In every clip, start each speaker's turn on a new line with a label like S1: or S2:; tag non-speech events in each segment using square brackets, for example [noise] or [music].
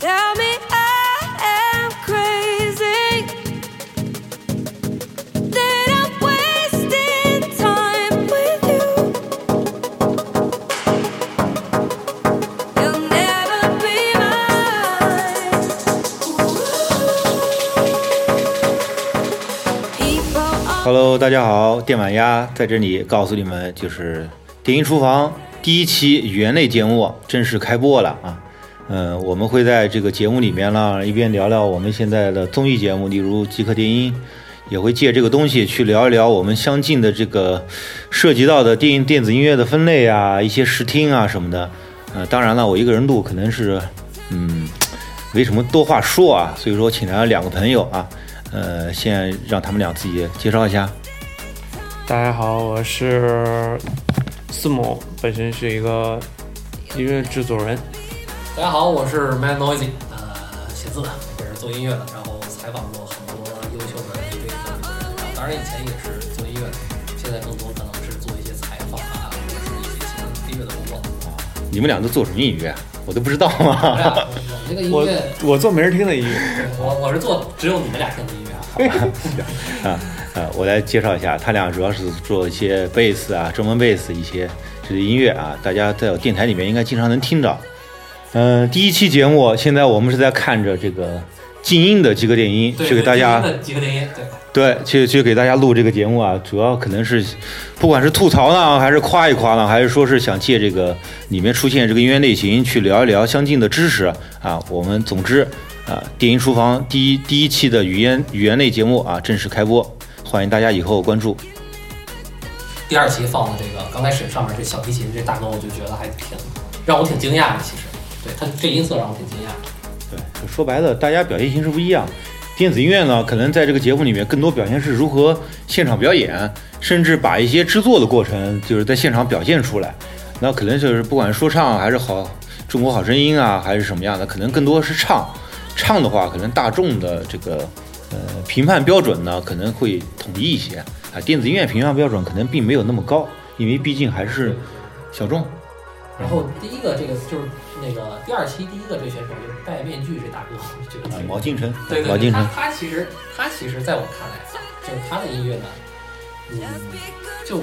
S1: Tell me I am crazy. That I'm wasting time with you. You'll never be mine. People are
S2: Hello，大家好，电板鸭在这里告诉你们，就是电音厨房第一期语言类节目正式开播了啊。嗯，我们会在这个节目里面呢，一边聊聊我们现在的综艺节目，例如《极客电音》，也会借这个东西去聊一聊我们相近的这个涉及到的电音电子音乐的分类啊，一些试听啊什么的。呃，当然了，我一个人录可能是，嗯，没什么多话说啊，所以说请来了两个朋友啊，呃，先让他们俩自己介绍一下。
S3: 大家好，我是四母，本身是一个音乐制作人。
S4: 大家好，我是 Mad Noisy，呃，写字的，也是做音乐的，然后采访过很多优秀的 DJ 和制作人，然后当然以前也是做音乐的，现在更多可能是做一些采访啊，或者是一些其他的音乐的工作。
S2: 你们俩都做什么音乐？啊我都不知道
S4: 我俩 [laughs]
S2: 吗？
S4: 我我这个音
S3: 我
S4: 乐，
S3: 我做没人听的音
S4: [laughs]
S3: 乐，
S4: 我我是做只有你们俩听
S2: [laughs]
S4: 的音乐啊，
S2: 呃，我来介绍一下，他俩主要是做一些贝斯啊、中文贝斯一些这些音乐啊，大家在电台里面应该经常能听到。嗯、第一期节目，现在我们是在看着这个静音的几个电音，
S4: 对，
S2: 去给大家
S4: 对几个电音，对，
S2: 对，去去给大家录这个节目啊，主要可能是，不管是吐槽呢，还是夸一夸呢，还是说是想借这个里面出现这个音乐类型去聊一聊相近的知识啊。我们总之啊，电音厨房第一第一期的语言语言类节目啊正式开播，欢迎大家以后关注。
S4: 第二期放的这个，刚开始上面这小提琴这大哥，我就觉得还挺让我挺惊讶的，其实，对他这音色让我挺惊讶的，
S2: 对，说白了，大家表现形式不一样。电子音乐呢，可能在这个节目里面更多表现是如何现场表演，甚至把一些制作的过程，就是在现场表现出来。那可能就是不管是说唱还是好中国好声音啊，还是什么样的，可能更多是唱。唱的话，可能大众的这个呃评判标准呢，可能会统一一些啊。电子音乐评判标准可能并没有那么高，因为毕竟还是小众。啊
S4: 然后第一个这个就是那个第二期第一个这选手就是戴面具这大哥，我就觉得
S2: 啊
S4: 挺
S2: 毛敬晨，
S4: 对
S2: 毛
S4: 对对，
S2: 敬
S4: 他
S2: 晨，
S4: 他其实他其实在我看来，就是他的音乐呢，嗯，就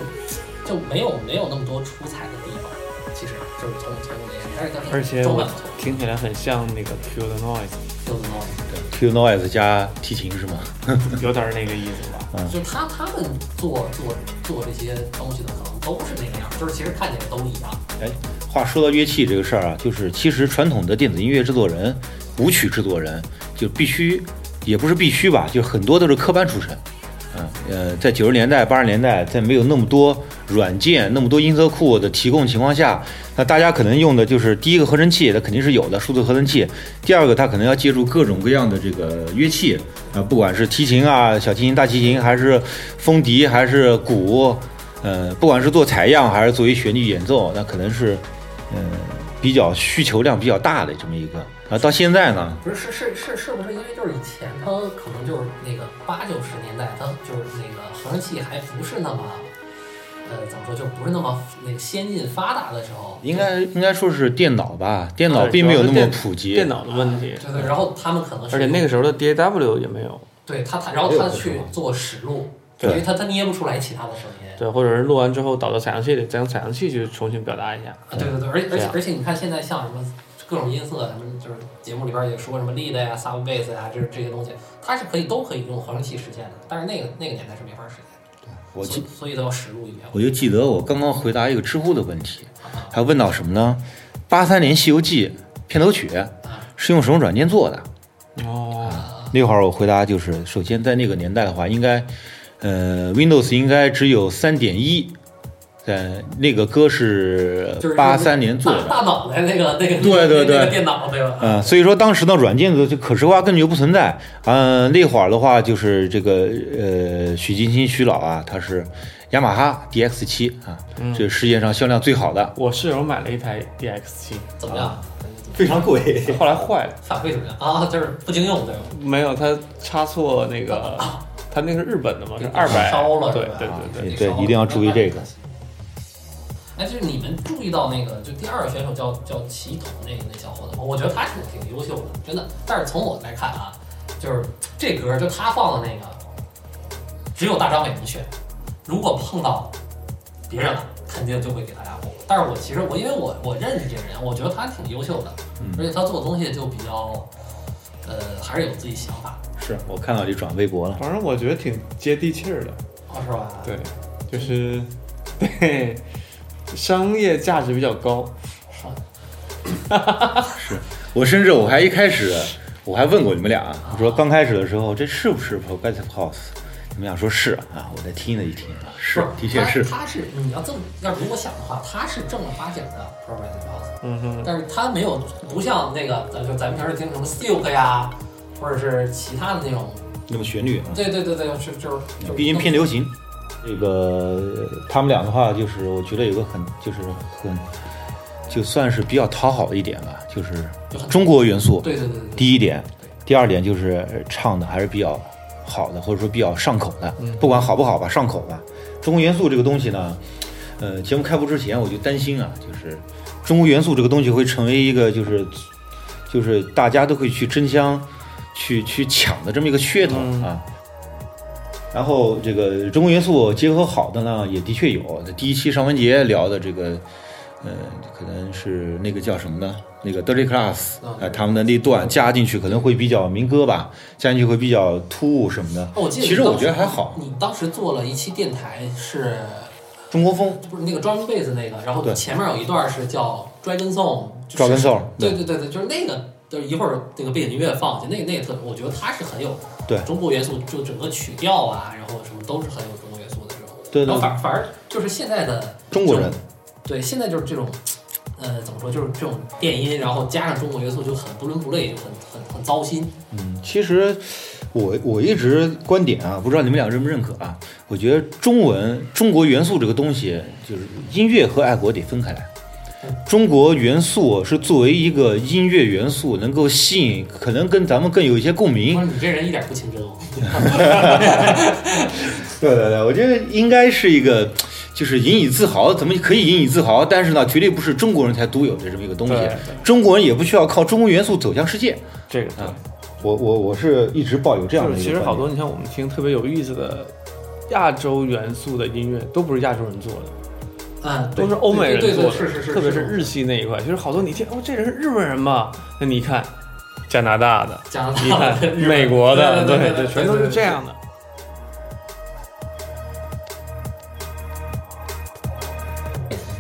S4: 就没有没有那么多出彩的地方，其实就是从从我的眼里，但是他
S3: 而且
S4: 中
S3: 我
S4: 文不错，
S3: 听起来很像那个 Pure the Noise，
S4: 就怎么着
S2: Q Noise 加提琴是吗？
S3: 有点那个意思吧？
S2: 嗯
S4: 就他他们做做做这些东西的可能都是那个样，就是其实看起来都一样，
S2: 哎话说到乐器这个事儿啊，就是其实传统的电子音乐制作人、舞曲制作人就必须，也不是必须吧，就很多都是科班出身。嗯呃，在九十年代、八十年代，在没有那么多软件、那么多音色库的提供情况下，那大家可能用的就是第一个合成器，它肯定是有的，数字合成器；第二个，它可能要借助各种各样的这个乐器，啊、不管是提琴啊、小提琴、大提琴，还是风笛，还是鼓，呃，不管是做采样还是作为旋律演奏，那可能是，嗯、比较需求量比较大的这么一个。啊，到现在呢，
S4: 不是是是是是不是因为就是以前他可能就是那个八九十年代，他就是那个合成器还不是那么。呃，怎么说就不是那么那个先进发达的时候，
S2: 应该应该说是电脑吧，电 [laughs] 脑
S3: 对
S2: 并没有那
S3: 主
S2: 么
S3: 要是
S2: 普及。
S3: 电脑的问题，
S4: 对对，然后他们可能是
S3: 而且那个时候的 DAW 也没有，
S4: 对他他，然后他去做实录，因
S2: 对
S4: 为他他捏不出来其他的声音。
S3: 对，或者是录完之后导到采样器里，再用采样器去重新表达一下。
S4: 啊对对对，而且而
S3: 对
S4: 且
S3: 啊
S4: 而且你看现在像什么各种音色，什么就是节目里边也说什么 lead 呀、sub bass 呀，这这些东西，它是可以都可以用合成器实现的，但是那个那个年代是没法实现的，
S2: 我
S4: 所
S2: 记
S4: 以所以都要实录一遍。
S2: 我就记得我刚刚回答一个知乎的问题，
S4: 啊
S2: 他问到什么呢？八三年《西游记》片头曲
S4: 啊
S2: 是用什么软件做的？
S3: 哦，
S4: 啊！
S2: 那会儿我回答就是，首先在那个年代的话，应该，呃，Windows 应该只有三点一，在那个歌是
S4: 就是
S2: 呃八三年做
S4: 大
S2: 的，
S4: 大脑袋那个那个
S2: 对对对
S4: 那个电脑对吧？
S2: 呃，所以说当时呢，软件的就可视化根本就不存在。嗯、那会儿的话就是这个呃，许金星许老啊，他是雅马哈 DX 七啊，这世界上销量最好的，
S3: 我室友买了一台 DX 七，
S4: 怎么
S2: 啊
S4: 样？
S2: 非常贵。
S3: 后来坏了，
S4: 反馈怎么样啊？就是不经用对吧？
S3: 没有，它插错那个，它那个是日本的嘛，是
S4: 啊对
S3: 二百，
S4: 烧了
S3: 对
S4: 是吧
S3: 对对对，
S2: 对一定要注意这个。
S4: 哎，就是你们注意到那个，就第二个选手叫叫祁同那个那小伙子吗？我觉得他是挺优秀的，真的。但是从我来看啊，就是这歌就他放的那个，只有大张伟能选。如果碰到别人了，肯定就会给他压过。但是我其实我因为我我认识这个人，我觉得他挺优秀的，
S2: 嗯
S4: 而且他做的东西就比较，呃，还是有自己想法，
S2: [laughs] 是我看到你转微博了，
S3: 反正我觉得挺接地气儿的。
S4: 哦，是吧？
S3: 对，就是 [laughs] 对商业价值比较高。
S4: 是，
S2: 我甚至我还一开始我还问过你们俩，啊我说刚开始的时候这是不是 Progressive House？你们俩说是啊，我再听了一听啊，是，的确是。
S4: 他他是你要这么要如果想的话，他是正儿八经的 progressive house，
S3: 嗯哼，
S4: 但是他没有不像那个呃咱就咱们平时听什么 silk 呀，或者是其他的那种，
S2: 那么旋律啊，
S4: 对对对对，是就是就是
S2: 毕竟偏流行。嗯这个呃他们俩的话，就是我觉得有个很就是很就算是比较讨好的一点吧，就是
S4: 就很
S2: 中国元素。
S4: 对对对对对，
S2: 第一点，第二点就是呃唱的还是比较好的，或者说比较上口的，不管好不好吧，上口吧。中国元素这个东西呢，呃，节目开播之前我就担心啊，就是中国元素这个东西会成为一个就是就是大家都会去争相去去抢的这么一个噱头
S3: 嗯
S2: 啊。然后这个中国元素结合好的呢，也的确有。第一期尚雯婕聊的这个，呃，可能是那个叫什么呢？那个 Dirty Class，
S4: 啊
S2: 呃，他们的那段加进去可能会比较民歌吧，加进去会比较突兀什么的。
S4: 哦，我记得
S2: 其实
S4: 你
S2: 我
S4: 当
S2: 觉得
S4: 时
S2: 还好，
S4: 你当时做了一期电台是。
S2: 中国风
S4: 不是那个 drum bass 那个，然后
S2: 对
S4: 前面有一段是叫 Dragon Song，就是
S2: Dragon Song，
S4: 对
S2: 对
S4: 对对对，就是那个，就是一会儿那个背景音乐放进去，那个那个特，我觉得它是很有
S2: 对
S4: 中国元素，就整个曲调啊，然后什么都是很有中国元素的这种。
S2: 对对
S4: 然后反反而就是现在的
S2: 中国人
S4: 这种，对，现在就是这种，呃，怎么说，就是这种电音，然后加上中国元素就很不伦不类，就很很很糟心。
S2: 嗯，其实我我一直观点啊，不知道你们俩认不认可啊？我觉得中文中国元素这个东西，就是音乐和爱国得分开来
S4: 嗯。
S2: 中国元素是作为一个音乐元素，能够吸引可能跟咱们更有一些共
S4: 我
S2: 鸣
S4: 说。你这人一点不清真哦，
S2: 对对对，我觉得应该是一个，就是引以自豪，咱们可以引以自豪，但是呢，绝对不是中国人才独有的这么一个东西
S3: 对对。
S2: 中国人也不需要靠中国元素走向世界。
S3: 这个对
S2: 啊我我我是一直抱有这样
S3: 就
S2: 的一
S3: 是
S2: 个
S3: 其实
S2: 观
S3: 好
S2: 点
S3: 多你像我们听特别有意思的亚洲元素的音乐，都不是亚洲人做的，
S4: 嗯，对
S3: 都是欧美人
S4: 对对
S3: 做的，
S4: 对是是是，
S3: 特别是日系那一块，其实好多你听哦，这人是日本人嘛？那你看加拿大的，
S4: 加拿
S3: 你
S4: 大
S3: 看
S4: 的、日本
S3: 美国的，
S4: 对
S3: 对
S4: 对，
S3: 全都是这。样的。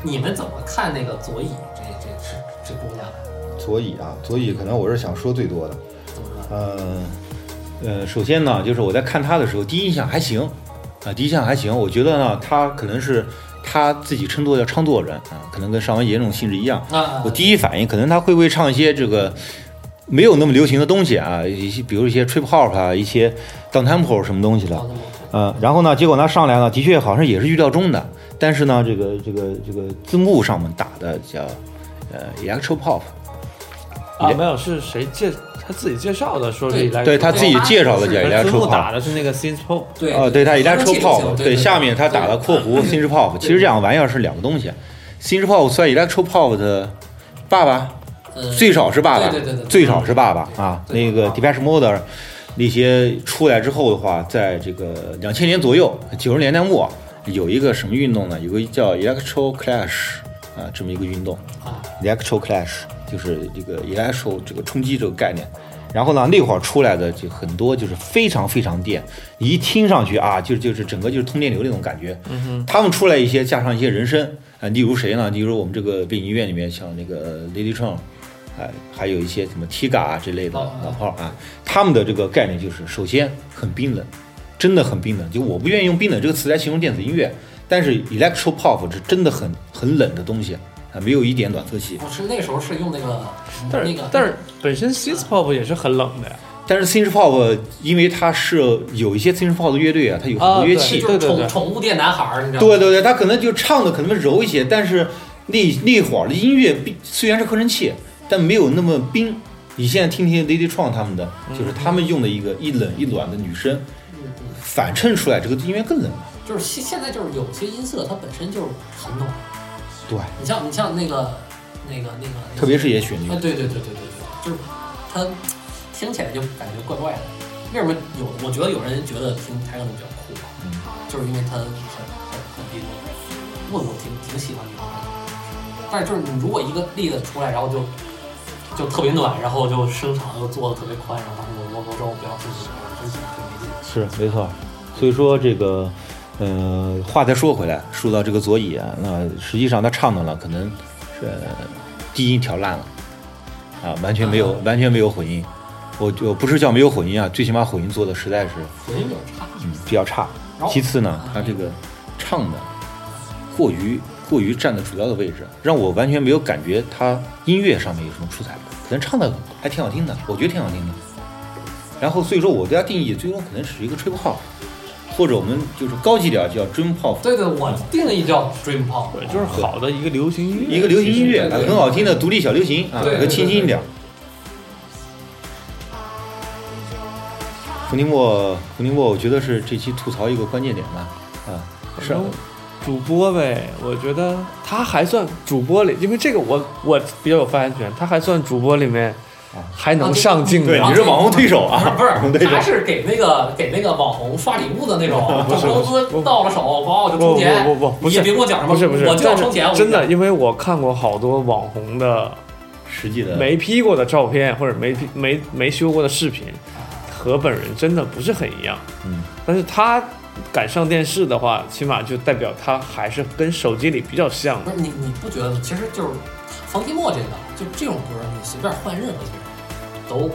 S4: 你们怎么看那个左乙这这这这姑娘？
S2: 左乙啊，左乙可能我是想说最多的。
S4: 怎么说？
S2: 呃，呃，首先呢，就是我在看他的时候，第一印象还行，啊、第一印象还行。我觉得呢，他可能是他自己称作叫唱作人啊、可能跟尚雯婕这种性质一样。
S4: 那
S2: 我第一反应可能他会不会唱一些这个没有那么流行的东西啊，一些比如一些 trip hop 啊，一些 down tempo 什么东西的
S4: 哦。那么
S2: 呃，然后呢，结果呢上来呢，的确好像也是预料中的，但是呢，这个这个这个字幕上面打的叫呃 electro pop，
S3: 啊，
S2: 也
S3: 没有，是谁介他自己介绍的，说
S4: 对
S3: 是来
S2: 对他自己介绍的叫
S3: 人哎字
S2: electro
S3: 幕
S2: pop
S3: 打。的是那个 synth pop，
S4: 对啊
S2: 哦，对，它一
S4: 他
S2: 旦
S4: 们
S2: 抽
S4: 记得清
S2: pop，
S4: 楚对
S2: 对，下面他打了括弧 synth pop，其实这两个玩意儿是两个东西，synth pop 算 electro pop 的爸爸，
S4: 呃
S2: 最少是爸爸
S4: 对对对对，，
S2: 最少是爸爸啊。
S4: 对
S2: 那个 Depeche Mode 那些出来之后的话，在这个两千年左右，九十年代末有一个什么运动呢？有个叫 electro clash 啊，这么一个运动。
S4: 啊，
S2: electro clash，就是这个 electro 这个冲击这个概念。然后呢，那会儿出来的就很多就是非常非常电，你一听上去啊，就就是整个就是通电流那种感觉。
S4: 嗯
S2: 他们出来一些加上一些人声啊，例如谁呢？例如我们这个背景音乐里面像那个 Lady Tron，哎、还有一些什么 Tiga 啊这类的
S4: 哦
S2: 老炮儿啊，他们的这个概念就是首先很冰冷，真的很冰冷。就我不愿意用冰冷这个词来形容电子音乐，但是 electro pop 是真的很很冷的东西啊，没有一点暖色系。
S4: 我是那时候是用那个
S3: 但
S4: 那
S3: 是
S4: 个，
S3: 但是本身 synth pop 也是很冷的呀。
S2: 但是 synth pop 因为它是有一些 synth pop 的乐队啊，它有很
S3: 啊
S2: 多乐
S3: 对
S2: 器，
S4: 就
S3: 对
S4: 是
S3: 对
S4: 宠
S3: 对
S4: 宠物店男孩儿，你知道吗？
S2: 对对对，他可能就唱的可能柔一些，但是那那会儿的音乐并虽然是合成器，但没有那么冰。你现在听听 Lady Tron 他们的，就是他们用的一个一冷一暖的女声，
S4: 嗯，嗯
S2: 反衬出来这个音乐更冷了。
S4: 就是现现在就是有些音色它本身就是很暖，
S2: 对，
S4: 你像你像那个那个那个，
S2: 特别是一些旋律
S4: 啊，，对对对对对对，就是它听起来就感觉怪怪的。为什么有？我觉得有人觉得听 techno 比较酷，啊就是因为它很很很低落。我我挺挺喜欢这种感觉，但是就是你如果一个例子出来，然后就就特别暖，然后就声场又做的特别宽，然后我我我说我不要听这个，真挺挺没劲。
S2: 是没错。所以说这个，呃，话再说回来，说到这个佐野啊，那实际上他唱的了，可能是呃低音调烂了，啊，完全没有，完全没有混音。我就不是叫没有混音啊，最起码混音做的实在是
S4: 混音比较差，
S2: 嗯比较差。
S4: 哦
S2: 其次呢，他这个唱的过于过于占的主要的位置，让我完全没有感觉他音乐上面有什么出彩。可能唱的还挺好听的，我觉得挺好听的。然后所以说我对他定义最终可能是一个吹泡，或者我们就是高级点儿叫 dream pop，
S4: 对对，我定义叫 dream pop，
S3: 对，就是好的一个流行音乐，
S2: 一个流行音乐，啊
S4: 对对对
S2: 很好听的独立小流行啊，
S4: 对对
S2: 和清新一点儿。胡宁墨，胡宁墨，我觉得是这期吐槽一个关键点吧，啊，是啊，
S3: 主播呗，我觉得他还算主播里，因为这个我我比较有发言权，他还算主播里面
S2: 啊
S3: 还能上镜的。
S2: [laughs] 对，你是网红推手啊，
S4: 不
S2: 网红
S4: 是，哎
S2: 推手
S4: 他，是给那个给那个网红刷礼物的那种，
S3: [laughs]
S4: 挣工资到了手，往我就充
S3: 不
S4: 钱。
S3: 不不不不
S4: 你
S3: 是
S4: 也别给我讲什么，
S3: 不是不是，
S4: 我就要
S3: 但是
S4: 充钱。我跟
S3: 真
S4: 你
S3: 的，
S4: 讲，
S3: 因为我看过好多网红的
S2: 实际的
S3: 没 P 过的照片，或者没 P 没没修过的视频，和本人真的不是很一样。
S2: 嗯，
S3: 但是他敢上电视的话，起码就代表他还是跟手机里比较像的
S4: 不。是你你不觉得吗？其实就是方提莫这个，就这种歌，你随便换任何一个人都 OK，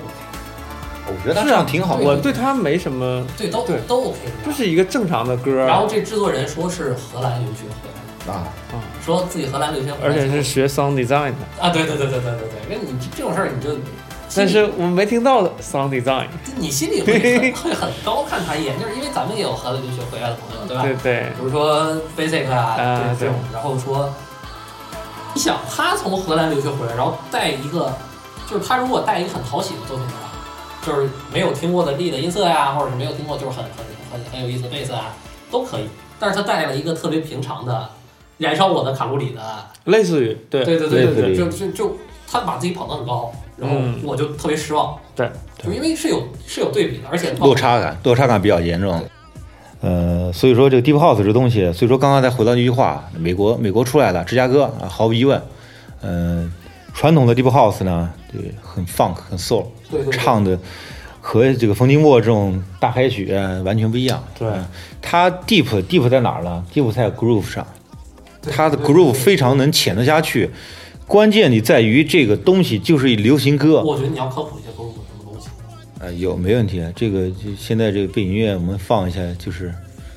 S2: 我觉得
S4: 啊
S2: 他唱挺好
S3: 我
S2: 的，
S3: 对他没什么，
S4: 对，都
S3: 对
S4: 都 OK。
S3: 就是一个正常的歌，
S4: 然后这制作人说是荷兰留学回来的，
S2: 啊，
S4: 说自己荷兰留学回来
S3: 而
S4: 的，
S3: 且是学 sound design 的。
S4: 啊，对对对对对对对，那你这种事儿你就，
S3: 但是我没听到 sound design，
S4: 你心里会很 [laughs] 会很高看他一眼，就是因为咱们也有荷兰留学回来的朋友，对吧？
S3: 对对
S4: 比如说 Basic 啊，
S3: 啊
S4: 这种，然后说，你想他从荷兰留学回来，然后带一个，就是他如果带一个很讨喜的作品的话，就是没有听过的 lead 音色呀、或者是没有听过就是很很很很有意思的贝斯啊，都可以。但是他带了一个特别平常的，燃烧我的卡路里的，
S3: 类似于对
S4: 对对对
S2: 类似于
S4: 就就就他把自己捧得很高，然后
S3: 嗯
S4: 我就特别失望，
S3: 对，
S4: 就因为是有是有对比的，而且
S2: 落差感，落差感比较严重。呃，所以说这个 deep house 这东西，所以说刚刚再回到那句话，美国美国出来的芝加哥啊，毫无疑问，呃，传统的 deep house 呢，对，很 funk 很 soul，
S4: 对对对
S2: 唱的和这个冯提莫这种大嗨曲呃完全不一样。
S3: 对
S2: 嗯它 deep deep 在哪儿呢？deep 在 groove 上，它的
S4: 对对对
S2: groove 非常能潜得下去。关键你在于这个东西就是一流行歌，
S4: 我觉得你要科普一下都是什么东西。
S2: 呃，有没问题？这个就现在这个背景音乐我们放一下，就是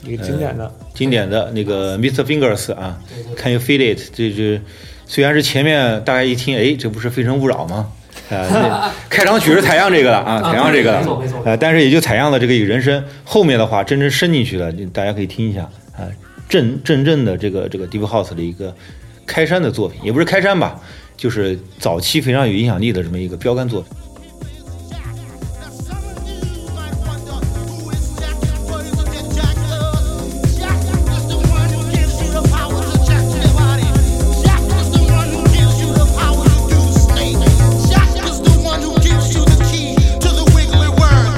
S3: 一个经典的，
S2: 经典的那个 Mr. Fingers 啊
S4: 嗯对对对
S2: ，Can you feel it？这这虽然是前面大家一听，哎，这不是《非诚勿扰》吗？
S4: [laughs]
S2: 呃，那开场曲是采样这个了啊，
S4: 啊
S2: 采样这个
S4: 没错
S2: 了
S4: 没错，
S2: 呃，但是也就采样了这个人声，后面的话真正伸进去了，就大家可以听一下啊，正真正的这个这个 Deep House 的一个开山的作品，也不是开山吧，就是早期非常有影响力的这么一个标杆作品。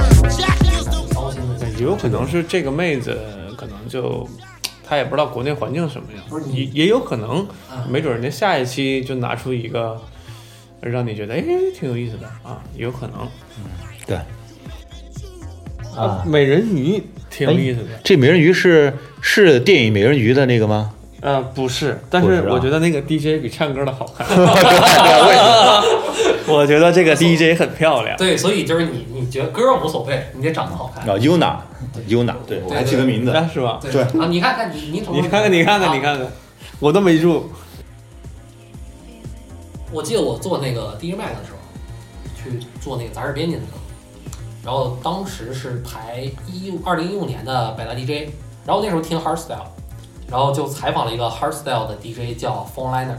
S4: 糟心的
S3: 也有可能是这个妹子可能就。她也不知道国内环境什么样
S4: 不是，你
S3: 也也有可能
S4: 啊，
S3: 没准人家下一期就拿出一个，让你觉得哎挺有意思的啊，也有可能。
S2: 对，
S3: 啊，哎美人鱼挺有意思的。
S2: 这美人鱼是是电影《美人鱼》的那个吗？
S3: 呃，不是，但
S2: 不是啊
S3: 是我觉得那个 DJ 比唱歌的好 [laughs] 看。我觉得这个 DJ 很漂亮。
S4: 对，所以就是你，你觉得歌无所谓，你得长得好看。
S2: 啊，Yuna Yuna，对我还记得名字。
S3: 啊，是吧？
S4: 对啊，你看看你，你瞅瞅
S3: 你看看，你看看，你。
S4: 啊
S3: 看看，我都没住。
S4: 我记得我做那个 DJ Mac 的时候，去做那个杂志编辑的时候，然后当时是排一二零一五年的百大 DJ，然后那时候听 Hardstyle，然后就采访了一个 Hardstyle 的 DJ 叫 Phone Liner，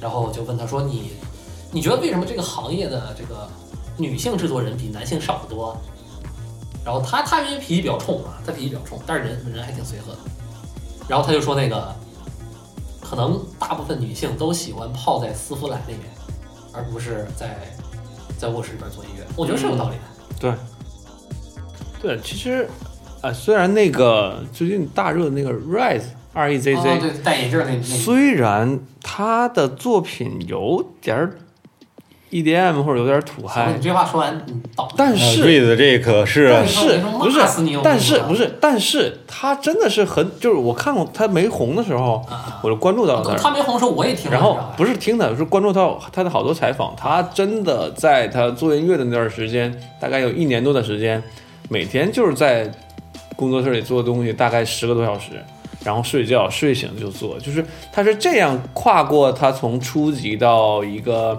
S4: 然后就问他说你你觉得为什么这个行业的这个女性制作人比男性少得多啊？然后他他因为脾气比较冲啊，他脾气比较冲，但是人人还挺随和的。然后他就说那个，可能大部分女性都喜欢泡在丝芙兰里面，而不是在在卧室里边做音乐，我觉得是有道理的。
S3: 对，对，其实啊、虽然那个最近大热的那个 Rise R E Z
S4: 哦，
S3: Z，、
S4: 对，戴眼镜儿那那
S3: 虽然他的作品有点儿 EDM 或者有点儿土
S4: 个，
S3: 嗨
S4: 你，这话说完，你倒霉。
S3: 哎但
S2: 啊
S3: 是、
S2: 瑞子这可是啊
S4: 但
S3: 是不是
S4: 骂死你我？
S3: 但是
S4: 跟你说
S3: 不是？但是他真的是很，就是我看过他没红的时候，
S4: 啊
S3: 我就关注到了
S4: 他
S3: 他。
S4: 没红的时候我也听了，
S3: 然
S4: 你
S3: 后
S4: 知道吧
S3: 不是听他，是关注到他的好多采访。他真的在他做音乐的那段时间，大概有一年多的时间，每天就是在工作室里做东西，大概十个多小时，然后睡觉，睡醒就做，就是他是这样跨过他从初级到一个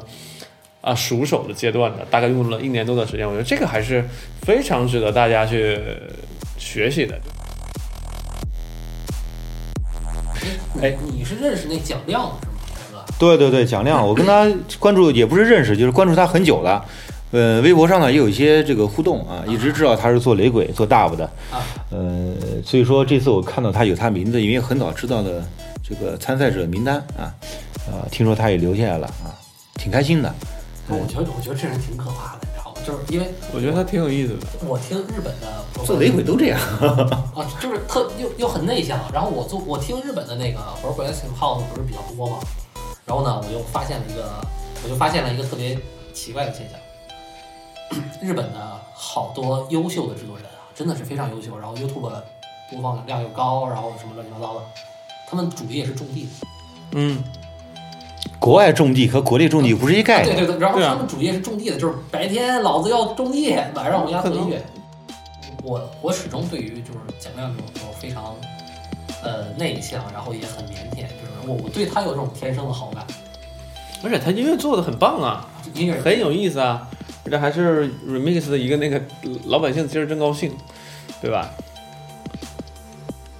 S3: 啊熟手的阶段的，大概用了一年多的时间，我觉得这个还是非常值得大家去学习的。
S4: 哎，你你是认识那蒋亮是吗，大哥？
S2: 对对对，蒋亮，我跟他关注也不是认识，就是关注他很久了。呃，微博上呢也有一些这个互动啊，一直知道他是做雷鬼、做 dub 的
S4: 啊。
S2: 呃，所以说这次我看到他有他名字，因为很早知道的这个参赛者名单啊，啊，听说他也留下来了啊，挺开心的。
S4: 我觉得我觉得这人挺可怕的，你知道吗？就是因为
S3: 我觉得他挺有意思的。
S4: 我听日本的
S2: 做雷鬼都这样。
S4: 啊，就是特又又很内向。然后我做我听日本的那个 progressive house 不是比较多嘛，然后呢，我又发现了一个，我就发现了一个特别奇怪的现象，日本的好多优秀的制作人啊，真的是非常优秀，然后 YouTube 播放量又高，然后什么乱七八糟的，他们主业是种地的。
S3: 嗯，
S2: 国外种地和国内种地不是一概
S4: 对
S2: 念。
S4: 对对，然后
S3: 对啊
S4: 他们主业是种地的，就是白天 [laughs] 老子要种地，晚上我们家做音乐。我我始终对于就是蒋亮这种就是非常呃内向，然后也很腼腆，就是我我对他有这种天生的好感。
S3: 而且他音乐做的很棒啊，
S4: 音乐人
S3: 很有意思啊，而且还是 remix 的一个那个老百姓其实真高兴，对吧？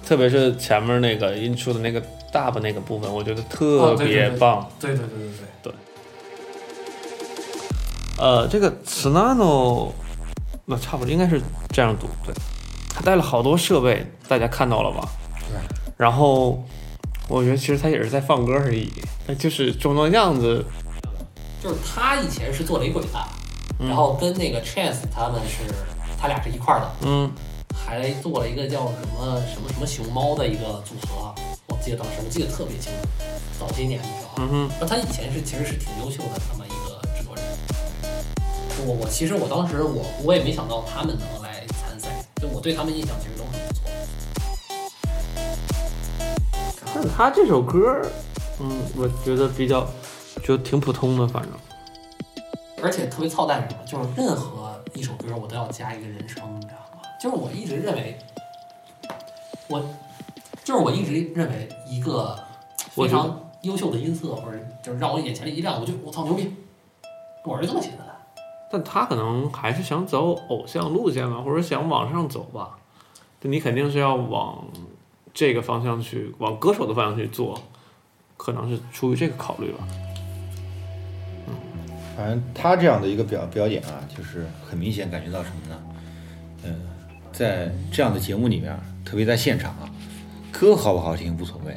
S3: 特别是前面那个音出的那个 dub 那个部分，我觉得特
S4: 哦对对
S3: 别
S4: 对
S3: 棒。
S4: 对对对对对，
S3: 呃，这个 Snano，那差不多应该是这样读，对，他带了好多设备，大家看到了吧？然后我觉得其实他也是在放歌而已，那就是装装样子，
S4: 就是他以前是做雷鬼的，
S3: 嗯
S4: 然后跟那个 Chance 他们是他俩是一块儿的，
S3: 嗯，
S4: 还做了一个叫什么什么什么熊猫的一个组合，我记得当时我记得特别清楚，早些年的时候。
S3: 嗯哼，
S4: 那他以前是其实是挺优秀的那么一个制作人。我我其实我当时我我也没想到他们能来参赛，就我对他们印象其实都很不错。
S3: 但是他这首歌，嗯，我觉得比较就挺普通的，反正，
S4: 而且特别操蛋是什么，就是任何一首歌我都要加一个人声，你知道吗？就是我一直认为，我就是我一直认为一个非
S3: 我觉得
S4: 常优秀的音色，或者就是让我眼前一亮，我就我操牛逼，我是这么写的。
S3: 但他可能还是想走偶像路线吧，或者想往上走吧，就你肯定是要往这个方向去，往歌手的方向去做，可能是出于这个考虑吧。
S2: 反正他这样的一个表表演啊，就是很明显感觉到什么呢？嗯、在这样的节目里面，特别在现场啊，歌好不好听无所谓，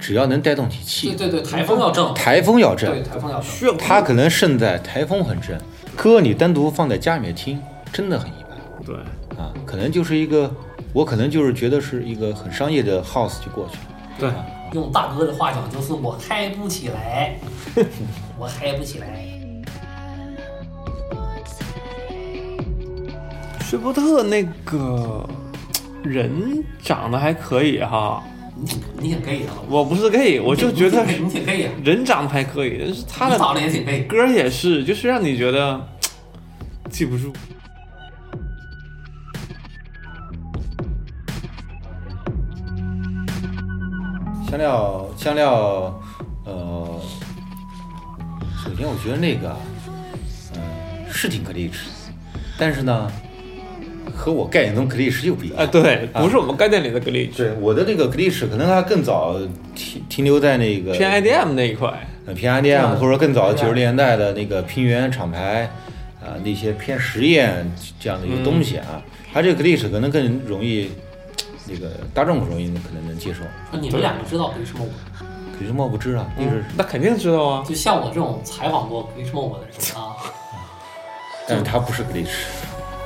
S2: 只要能带动起
S4: 对
S2: 气，
S4: 对对，台风要正，
S2: 台风要
S4: 对
S2: 正，
S4: 台风要正。
S3: 炫
S2: 他可能胜在台风很正，歌你单独放在家里面听，真的很一般
S3: 对，
S2: 啊，可能就是一个，我可能就是觉得是一个很商业的 house 就过去了，
S3: 对，
S4: 用大哥的话讲，就是我嗨不起来，我嗨不起来。
S3: 薛伯特那个人长得还可以哈，
S4: 你挺你挺 gay 的吧，
S3: 我不是 gay，我就觉得
S4: 你挺你挺 gay 的，
S3: [laughs] 人长得还可以，但是他
S4: 你
S3: 的
S4: 长得也挺 gay。
S3: 歌也是，就是让你觉得记不住。
S2: 香料香料，呃，首先我觉得那个，嗯、是挺 glitch，但是呢，和我概念中 glitch 又不一样。
S3: 哎，对，不是我们概念里的 glitch，、
S2: 呃对，我的那个 glitch 可能它更早停停留在那个
S3: 偏 IDM 那一块。
S2: 呃偏 IDM，或者更早九十年代的那个平原厂牌啊、那些偏实验这样的一个东西啊，它这个 glitch 可能更容易，那个大众容易可能能接受。
S4: 说你们两个知道 Glitch Mob，吗
S2: 可是莫不知啊，就是
S3: 那肯定知道啊，
S4: 就像我这种采访过 Glitch Mob 的人啊， [laughs]
S2: 但是他不是 glitch，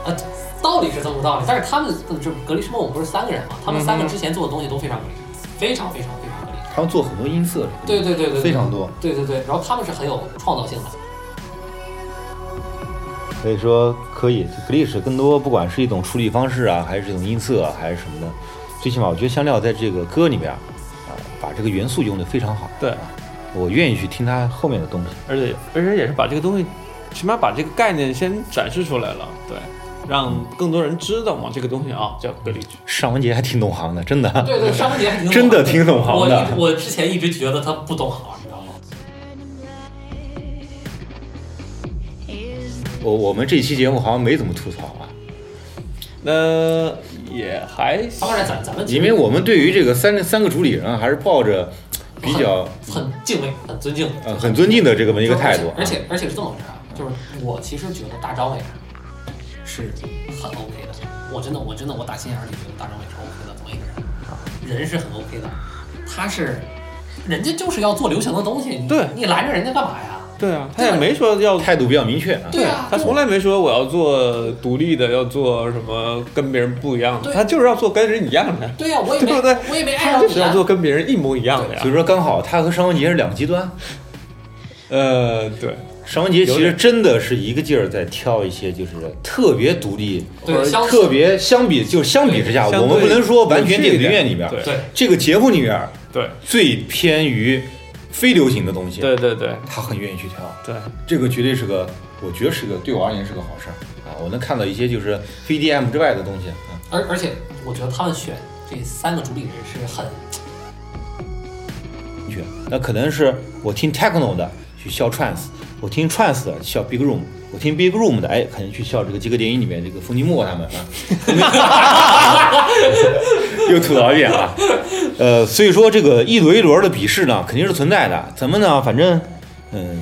S4: 啊，道理是这么个道理，但是他们这格力士梦不是三个人嘛？他们三个之前做的东西都非常格力，非常非常非常格力。
S2: 他们做很多音色，
S4: 对对对对，对
S5: 非常多。
S4: 对对对，然后他们是很有创造性的。
S2: 所以说可以 glitch 更多不管是一种处理方式啊，还是这种音色啊，还是什么的，最起码我觉得香料在这个歌里面啊、把这个元素用的非常好，
S3: 对，
S2: 我愿意去听他后面的东西。
S3: 而且而且也是把这个东西，起码把这个概念先展示出来了，对，让更多人知道嘛，这个东西啊叫格力曲，
S2: 尚雯婕还挺懂行的，真的。
S4: 对对，商杰还挺懂
S2: 真的挺懂行
S4: 我
S2: 的
S4: 一我之前一直觉得他不懂行，你知道吗？
S2: [laughs] 我我们这期节目好像没怎么吐槽啊，
S3: 那也还行
S4: 当然咱咱们
S2: 因为我们对于这个三三个主理人啊还是抱着比较
S4: 很敬畏、很尊敬，
S2: 呃很尊敬的这个么一个态度啊，
S4: 而且而且是这么回事啊，就是我其实觉得大张伟是很 OK 的，我真的我真的我打心眼里觉得大张伟是 OK 的这么一个人，人是很 OK 的，他是人家就是要做流行的东西，你
S3: 对
S4: 你拦着人家干嘛呀？
S3: 对啊，他也没说要
S2: 态度比较明确啊。
S4: 对啊，
S3: 他
S4: 对
S3: 从来没说我要做独立的，要做什么跟别人不一样的，
S4: 对
S3: 他就是要做跟人一样的，
S4: 对呀、我也
S3: 对
S4: 没
S3: 不对
S4: 我也没
S3: 他
S4: 碍着
S3: 就
S4: 你
S3: 是要
S4: 啊
S3: 做。跟别人一模一样的
S2: 所以
S3: 呀。
S2: 说刚好他和尚雯婕是两个极端，
S3: 呃，对，
S2: 尚雯婕其实真的是一个劲儿在挑一些就是特别独立、
S4: 对，相似
S2: 呃特别相比就是相比之下，
S3: 相对
S2: 我们不能说完全
S3: 有趣
S2: 电
S3: 一
S2: 子
S3: 点
S2: 乐里面
S3: 对
S4: 对
S2: 这个节目里面
S3: 对，
S2: 最偏于非流行的东西，
S3: 对对对
S2: 他很愿意去挑。
S3: 对，
S2: 这个绝对是个，我觉得是个对我而言是个好事儿啊！我能看到一些就是非 DM 之外的东西啊。
S4: 而而且我觉得他们选这三个主理人是很
S2: 明确，那可能是我听 techno 的去笑 trance，我听 trance 的笑 big room，我听 big room 的哎，可能去笑这个几个电影里面这个冯提莫他们啊。 [laughs] 又吐槽一遍啊，呃，所以说这个一轮一轮的鄙视呢，肯定是存在的。咱们呢，反正嗯，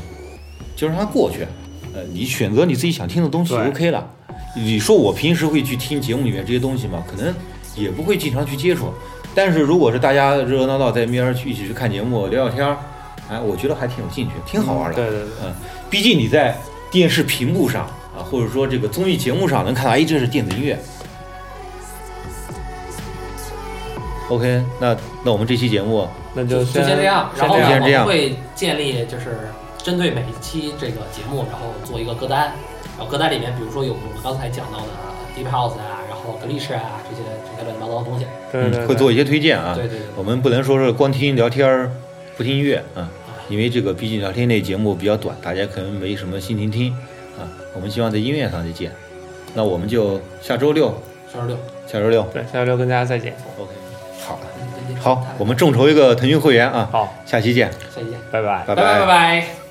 S2: 就让它过去。呃，你选择你自己想听的东西就
S3: 对
S2: OK 了。你说我平时会去听节目里面这些东西吗？可能也不会经常去接触。但是如果是大家热热闹闹在面儿去一起去看节目聊聊天儿，哎，我觉得还挺有兴趣，挺好玩的。
S3: 对对对，
S2: 嗯，毕竟你在电视屏幕上啊，或者说这个综艺节目上能看到，哎，这是电子音乐。OK，那那我们这期节目
S3: 那
S4: 就
S3: 就
S4: 就先这样，然
S3: 先
S4: 后
S3: 这
S4: 我
S2: 呢
S3: 样
S2: 先这样
S4: 们会建立就是针对每一期这个节目，然后做一个歌单，然后歌单里面比如说有我们刚才讲到的 Deep House 啊，然后 Glitch 啊这些这些乱七八糟的东西。
S3: 对对，
S2: 嗯会做一些推荐啊。
S4: 对对对
S2: 我们不能说是光听聊天儿不听音乐啊，因为这个毕竟聊天类节目比较短，大家可能没什么心情听啊。我们希望在音乐上再见。那我们就下周六，
S4: 三十六，
S2: 下周六
S3: 对，下周六跟大家再见，
S2: ，OK，好，好，我们众筹一个腾讯会员啊，
S3: 好，
S2: 下期见，
S4: 嗯下期见，
S3: 拜拜。
S2: 拜
S4: 拜拜拜。